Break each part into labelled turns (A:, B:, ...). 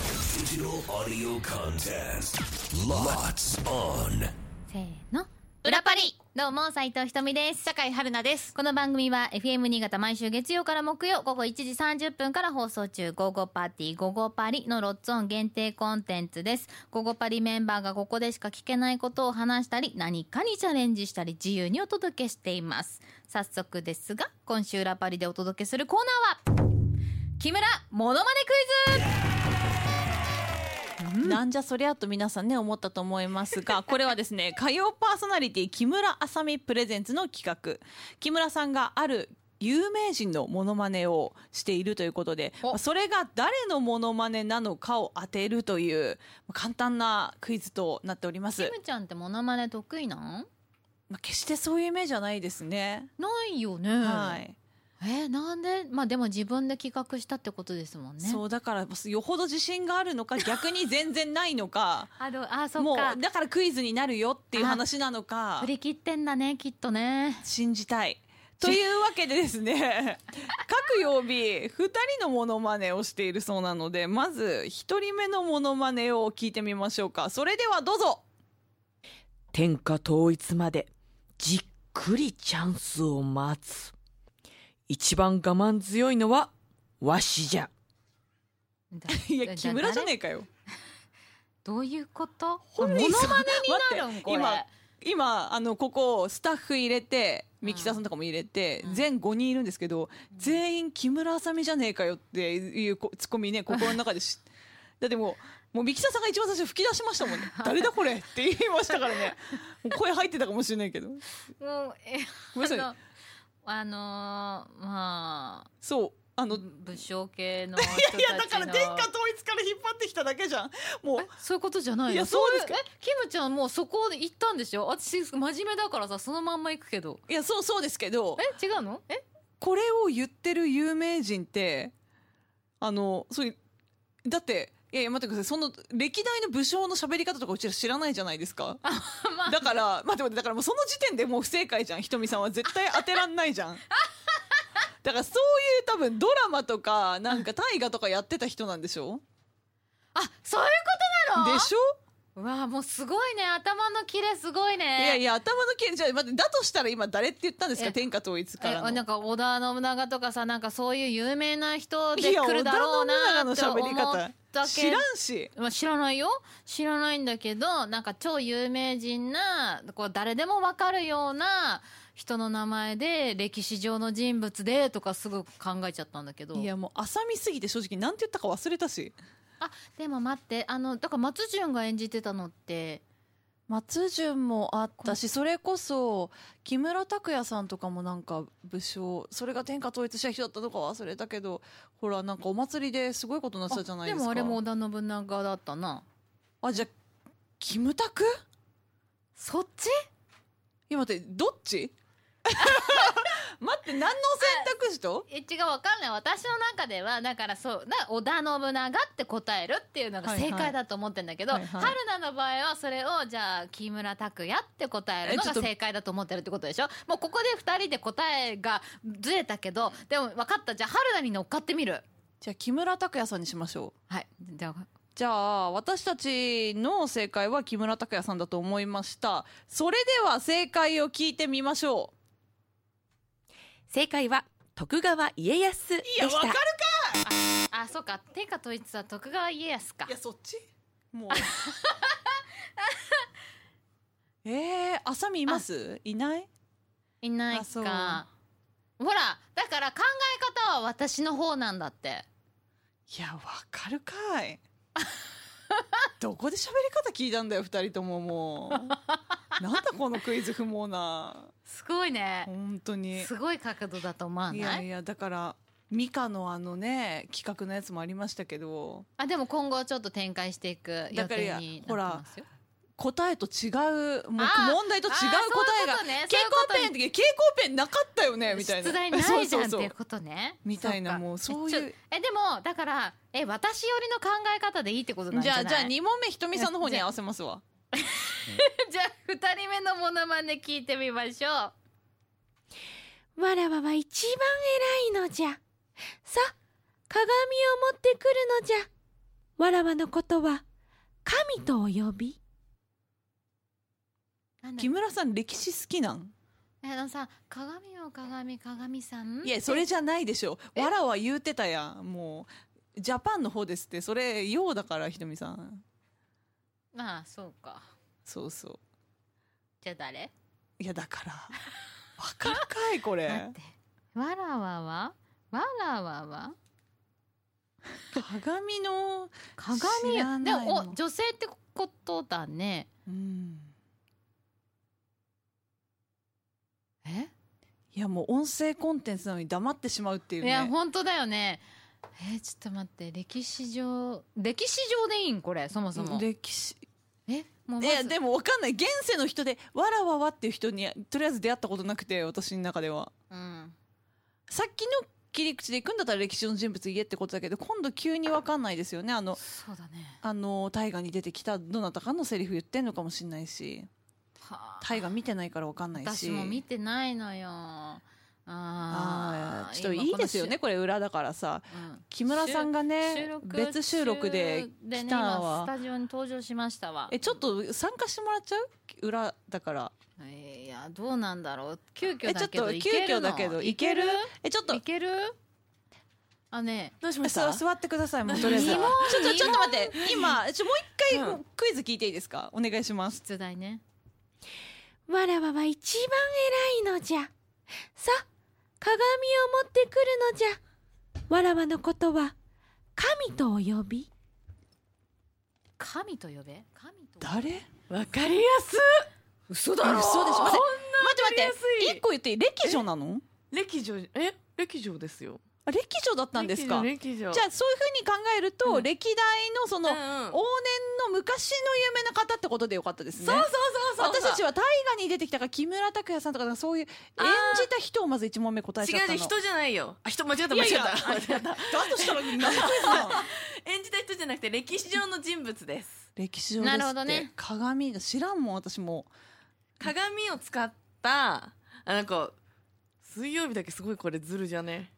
A: digital audio contest. Lots on.
B: せーの。裏パリどうも、斉藤ひとみです。
C: 酒井春菜です。
B: この番組は FM 新潟毎週月曜から木曜午後1時30分から放送中、午後パーティー、午後パリのロッツオン限定コンテンツです。午後パリメンバーがここでしか聞けないことを話したり、何かにチャレンジしたり、自由にお届けしています。早速ですが、今週裏パリでお届けするコーナーは、木村モノマネクイズ
C: なんじゃそりゃと皆さんね思ったと思いま すが、これはですね、火曜パーソナリティ木村あさみプレゼンツの企画。木村さんがある有名人のモノマネをしているということで、
B: お
C: まあそれが誰のモノマネなのかを当てるというまあ簡単なクイズとなっておりま
B: キ
C: す。
B: ムちゃんってモノマネ得意なん
C: まあ、決してそういうイメージはないですね。
B: ないよね。
C: はい。
B: えーなんでまあでも自分で企画したってことですもんね。
C: そうだからよほど自信があるのか、逆に全然ないのか
B: あどあそ
C: も
B: っ
C: う
B: か
C: だからクイズになるよっていう話なのか
B: 振り切ってんだねきっとね
C: 信じたい。というわけでですね、各曜日、二人のモノマネをしているそうなので、まず、一人目のモノマネを聞いてみましょうか。それではどうぞ
D: 天下統一までじっくりチャンスを待つ。一番我慢強いのはわしじゃ。
B: だ
C: いや、
B: だ
C: 木村じゃね
B: 誰
C: えかよ。
B: どういうこと
C: 本人さ
B: モ
C: ん
B: ノマネになる
C: 待
B: ん
C: って
B: これ
C: 今、今、あの、ここ、スタッフ入れて、ミキサーさんとかも入れて、
B: うん
C: 全5人いるんですけど、全員木村あさみじゃねえかよっていうこツッコミね、心の中 でし、だってもう、もうミキサーさんが一番最初吹き出しましたもんね。 誰だこれって言いましたからね。もう声入ってたかもしれないけど。
B: もうえ
C: ごめんなさ
B: あのあのーまあ
C: そう。あの、い
B: 武将系の人たちの
C: や、だから天下統一から引っ張ってきただけじゃん。もう、
B: そういうことじゃないの
C: いやそうですか
B: いえキムちゃんもうそこで行ったんでしょ私真面目だからさそのまんま行くけど
C: いや、そうそうですけど、
B: え違うのえ
C: これを言ってる有名人って、あの、そういう、だって、いやいや、待ってください。その、歴代の武将の喋り方とかうちら知らないじゃないですか。
B: まあ
C: だから、待って待って、だからもうその時点でもう不正解じゃん。ひとみさんは絶対当てらんない じゃん。だからそういう多分ドラマとか、なんか大河とかやってた人なんでしょ
B: あそういうことなの
C: でしょ
B: うわあもうすごいね頭のキレすごいね
C: いやいや、頭の毛、じゃあ待って、だとしたら今誰って言ったんですか
B: え
C: 天下統一から
B: え
C: の。
B: なんか織田信長とかさなんかそういう有名な人で
C: いや
B: 来るだろうな
C: 織
B: って
C: 田
B: 思っ
C: 信長の喋り
B: た
C: 方。知
B: けど
C: らんし。
B: まあ知らないよ知らないんだけどなんか超有名人なこう誰でも分かるような人の名前で歴史上の人物でとかすぐ考えちゃったんだけど
C: いや、もう浅見すぎて正直なんて言ったか忘れたし。
B: あでも待ってあのだから松潤が演じてたのって
C: 松潤もあったし、それこそ、木村拓哉さんとかもなんか武将、それが天下統一した人だったとか忘れたけど、ほら、なんかお祭りですごいことになってたじゃないですか。
B: もあれも織田信長だったな
C: あ、じゃあ、キムタク
B: そっち
C: 今待って、どっち 待って、何の選択肢と
B: え違うわかんない私の中ではだからそうだ織田信長って答えるっていうのが
C: はいはい
B: 正解だと思ってんだけど、
C: はいはい
B: 春菜の場合はそれをじゃあ木村拓哉って答えるの
C: えちょ
B: が
C: っと
B: 正解だと思ってるってことでしょもうここで2人で答えがずれたけどでも分かったじゃあ春菜に乗っかってみる
C: じゃあ、木村拓哉さんにしましょう。
B: はいじゃあ
C: じゃあ、私たちの正解は木村拓哉さんだと思いました。それでは正解を聞いてみましょ
D: 正解は徳川家康で
C: う。いや、わかるか
B: あそうか天下統一は徳川家康か
C: いや、そっち もう。えー、浅見いますいない
B: いない
C: あそう
B: かほらだから考え方は私の方なんだって
C: いや、わかるか い。どこで喋り方聞いたんだよ、二人ともも う。なんだこのクイズ不毛な。
B: すごいね
C: 本当に。
B: すごい角度だと思わない
C: いやいや、だから、ミカのあのね、企画のやつもありましたけど、
B: あでも今後ちょっと展開していく予
C: だから
B: 定
C: いや
B: になってますよ
C: 答えと違う、もう
B: あー
C: 問題と違う答えが、
B: あーそういうことね
C: 蛍光ペンって、蛍光ペンなかったよね、みたいな。
B: 出題ないじゃんっ
C: そう
B: て
C: そ
B: いうう
C: そう
B: ことね
C: みたいなもうそういう
B: えちょえでもだからえ私寄りの考え方でいいってことなんじ
C: じ
B: ゃ
C: ゃ
B: な
C: あ、
B: い
C: じゃあ2問目ひとみさんの方に合わせますわ。
B: じゃあ二人目のモノマネ聞いてみましょう
D: わらわは一番偉いのじゃ。さ、鏡を持ってくるのじゃ。
E: わらわのことは神とお呼び
B: なんだ
C: 木村さん歴史好きなん
B: あのさ鏡よ鏡鏡さん
C: いやそれじゃないでしょわらは言うてたやんもうジャパンの方ですってそれようだからひとみさん
B: まあそうか
C: そうそ
B: じゃあ誰
C: ういやだからわかるかい こ
B: 待
C: れ
B: ってわらわはわらわは
C: 鏡の
B: 鏡
C: 知
B: よ
C: ら
B: で
C: ない
B: も
C: の
B: お女性ってことだね
C: うん
B: え
C: いやもう音声コンテンツなのに黙ってしまうっていう
B: いや
C: ね
B: 本当だよねえーちょっと待って歴史上歴史上でいいんこれそもそも
C: 歴史
B: えもうま
C: い
B: ず
C: やでもわかんない現世の人でわらわわっていう人にとりあえず出会ったことなくて私の中では
B: うん
C: さっきの切り口で行くんだったら歴史の人物言えってことだけど今度急にわかんないですよねあの
B: そうだね
C: あの大河に出てきたどなたかのセリフ言ってんのかもしれないし
B: はあ
C: 大河見てないからわかんないし
B: 私も見てないのよああ
C: ああちょっといいですよねこれ裏だからさ木村さんがね別収録で
B: 来
C: 来た
B: 今ス
C: わ
B: タジオに登場しましたわ
C: えちょっと参加してもらっちゃう裏だから
B: えーいやどうなんだろう急遽
C: えちょ
B: だ
C: っ
B: けど
C: と
B: い
C: 急
B: ける
C: 遽
B: の
C: だけど
B: い
C: い
B: け
C: け
B: る
C: るえちょっと
B: いけるあね
D: どうしま
C: そう座ってくださいもうとりあえずちょ
B: 疑問
C: っとちょっと待って今ちょもう一
D: う
C: 回クイズ聞いていいですかお願いします
B: 出題ね
E: わらわは一番偉いのじゃさ鏡を持ってくるのじゃわらわのことは神とお呼び
B: 神と呼べ神と呼べ
C: 誰待って
D: わかりやす嘘だろ
C: 嘘でしょ待って
D: こ
C: 待
D: わ
C: っ
D: かりやす
C: て
D: い
C: 一個言っていい歴女なの
D: ん歴女え歴女ですよ
C: あ歴女だったんですかじゃ
D: 歴女歴女
C: あそういうふうに考えると、
D: うん
C: 歴代のその、往
D: うんうん
C: 年の昔の有名な方ってことでよかったですね
D: そうそうそうそう
C: 私たちは大河に出てきたから木村拓哉さんとかなんかそういう演じた人をまず一問目答えちゃっ
D: 違
C: たの
D: う違う人じゃないよあ人間違った
C: い
D: 間
C: や
D: 違
C: い
D: っ
C: や
D: た間違った
C: だとしたら 何ですか
D: 演じた人じゃなくて歴史上の人物です
C: 歴史上で
B: な
C: すっ
B: る
C: て
B: ほどね
C: 鏡だ知らんもん私 も
D: 鏡を使ったあなんか水曜日だけすごいこれずるじゃ ね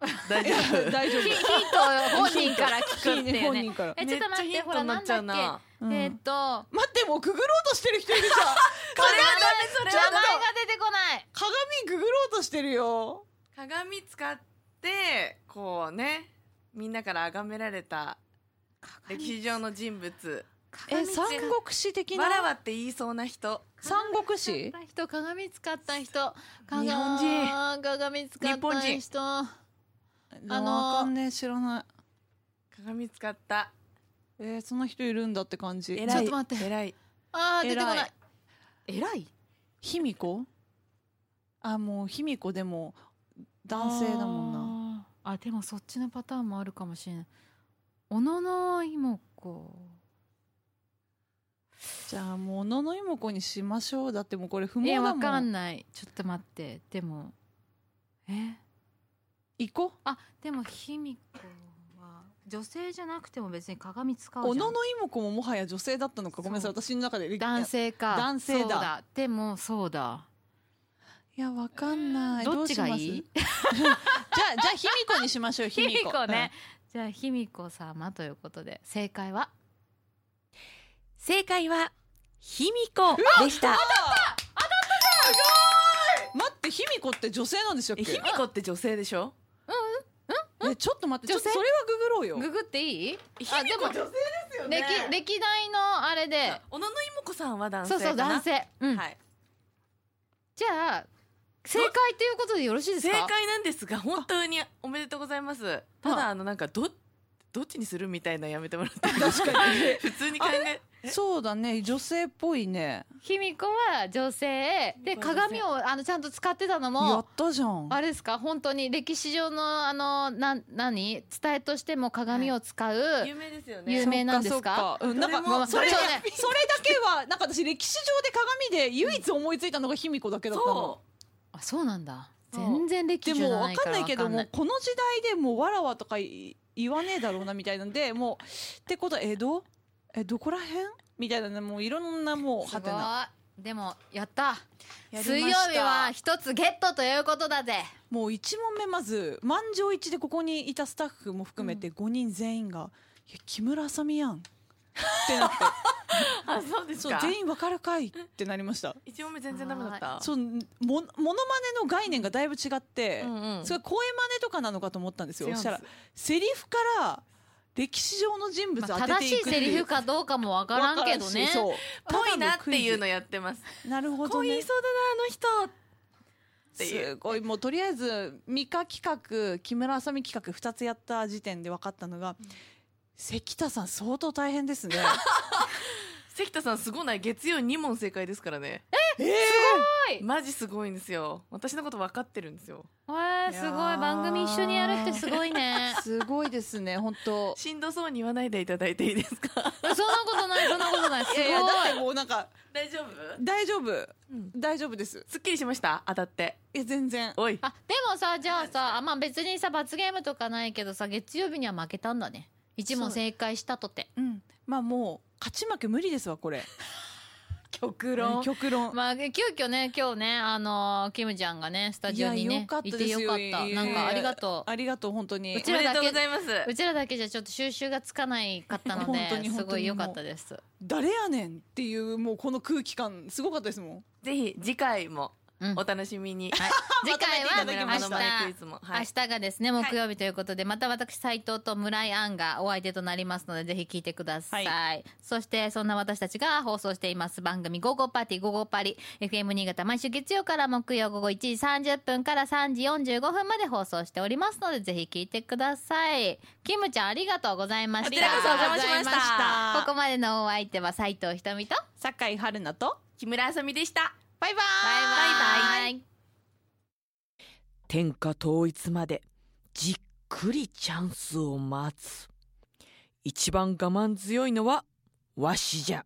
D: 大丈夫
C: 大丈
B: ヒヒントを本人から聞くっていう
C: 本
B: ね
C: 人から
B: えちょっと待って
D: めっちゃヒ
B: ほ
D: ント
B: ら
D: にな
B: な
D: っ
B: ん
D: ちゃ
B: だ
D: う
B: っ
D: な
B: け、
C: うん
B: えーっと
C: 待ってもうくぐろうとしてる人いるじ ゃん
B: これは
D: そ
B: 名
D: れ
B: 前
D: は
B: が出てこない
C: 鏡くぐろうとしてるよ
D: 鏡使ってこうねみんなから崇められた歴史上の人物
C: え三国志的な
D: わらわって言いそうな人
C: 三国志
B: 人鏡使った人
D: 日本人
B: 鏡鏡使っ
D: 日本
B: た
D: 人
B: 人あ
C: あ
B: あ
C: の
B: のー
C: わかんねえ知らない
D: 鏡使った
C: えー、そんな人いるんだって感じ
D: 偉い
B: ちょっと待って
D: 偉い
B: あー出てこな
C: 偉
B: い
C: い偉い卑弥呼あもう卑弥呼でも男性だもんな
B: なあでもそっちのパターンもあるかもしれない小野の妹子
C: じゃあもう野々妹子にしましょうだってもうこれ不
B: え
C: 毛だ
B: わか
C: もん
B: んないちょっと待ってでもえ
C: 行こ
B: あでも卑弥呼は女性じゃなくても別に鏡使
C: う
B: うじゃ
C: 小
B: ん
C: 野々妹子ももはや女性だったのかごめんなさい
B: そ
C: 私の中で
B: 男性か
C: 男性だ
B: そうだでもそうだ
C: いやわかんない
B: どっちがいい
C: どうします じゃあじゃあ卑弥呼にしましょう卑
B: 卑弥
C: 弥
B: 呼
C: 呼
B: ね、じゃあ卑弥呼様ということで正解は
E: 正解は卑弥呼でし
C: う
E: た
C: ん待って卑弥呼って女性なんでしたっ
D: え卑
C: け
D: 弥呼って女性でしょ
C: えちょっと待ってちょっと
B: 女性
C: それはググろうよ
B: ググっていい
D: 卑弥呼女性ですよね
B: 歴歴代のあれで
D: 小野の妹子さんは男性
B: そう
D: かな
B: そう男性、うん
D: はい
B: じゃあ正解ということでよろしいです
D: 正
B: か
D: 解なんですが本当におめでとうございますただあのなんかどどっちにするみたいなのやめてもらっていいですか普通に考え
C: そうだね女性っぽいね
B: 卑弥呼は女性で鏡をあのちゃんと使ってたの
C: や
B: も
C: ったじゃん
B: あれですか本当に歴史上のあのなん何伝えとしても鏡を使う、
D: 有名ですよね
B: 有名なんですか
C: そっそっうんなん
D: どれ
C: か
D: も
C: それ
B: ど
C: そ
B: れ
C: れ
B: も
C: だけはなんか私歴史上で鏡で唯一思いついたのが卑弥呼だけだったの
D: そ
B: あそうなんだ
D: そう
B: 全然歴
C: で
B: 史じゃ
C: も
B: な
C: わ
B: い
C: か
B: から
C: んない
B: わ
C: け
B: か
C: ど
B: んな
C: も
B: い
C: この時代でもうわらわとかい言わねえだろうなみたいなんでもうってことは江戸えどこら辺みたいなねもういろんなもう
B: す
C: は
B: ご
C: て
B: い
C: な
B: でもやった
D: やりました
B: 水曜日は一つゲットということだぜ
C: もう一問目まず満場一致でここにいたスタッフも含めて5人全員がや木村あさみやんってなって
F: あそうです
C: そう
F: か
C: 全員わかるかいってなりました
F: 一問目全然ダメだった
C: そうもモノマネの概念がだいぶ違って、
F: うんうん
C: それ声真似とかなのかと思ったんですよ
F: 違うんです
C: そしたらセリフから歴史上の人物
B: ま
C: 当
B: あ
C: て
B: 正
C: てい
B: しい
C: く
B: セリフ
C: か
B: かどうかもわからんけどね
C: そう
F: ぽいなっていうの
C: ただ
F: やってます
C: クイズなるほ
F: こ
C: ど
F: う言
C: ね
F: いそうだなあの人っていう
C: すごいもうとりあえずミカ企画木村あさみ企画2つやった時点で分かったのが、関田さん相当大変ですね
F: 関田さんすごない月曜2問正解ですからね
C: えー
F: マジすごいんですよ私のこと分かってるんですよ
B: えー、
C: い
B: す
C: やー
B: ごい番組一緒にやるってすごいね
C: すごいですね本当
F: しんどそうに言わないでいただいていいですか
B: そんなことないそんなことない すごい
C: いやだってもうなんか
F: 大丈夫
C: 大丈夫、
F: ん
C: 大丈夫です
F: すっきりしました当たって
C: いや全然
F: おい
B: あでもさじゃあさあまあ別にさ罰ゲームとかないけどさ月曜日には負けたんだね一問正解したとて
C: うんまあもう勝ち負け無理ですわこれ
F: 極
C: うん極論、
B: まあ急遽ね今日ねあのーキムちゃんがねスタジオに
C: いやよ
B: ね
C: かった
B: い
C: です
B: て
C: よ
B: よかった
C: いや
B: なんかありがと
C: ありがとう本当に
B: う
F: おめでとうございます
B: ううちらだけじゃちょっと収集がつかない かったの
C: 本当
B: で
C: に
B: す
C: 本当
B: ごい
C: に
B: 良かったです
C: 誰やねんっていうもうこの空気感すごかったですもん
F: ぜひ次回も
B: うん
F: お楽しみに、
B: はい次回
F: ま
B: は
F: とめていただきました
B: 明日
F: クイズもはい
B: 明日がですね木曜日ということで、また私斉藤と村井杏がお相手となりますのでぜひ聞いてください、そしてそんな私たちが放送しています番組「午後パーティー午後パリ」FM 新潟毎週月曜から木曜午後1時30分から3時45分まで放送しておりますのでぜひ聞いてくださいキムちゃんありがとうございました
F: こちらこそお邪魔しました
B: ここまでのお相手は斉藤ひとみと
C: 酒井春菜と
F: 木村あさみでしたバイバ
B: バイバイ
D: 天下統一までじっくりチャンスを待つ一番我慢強いのはわしじゃ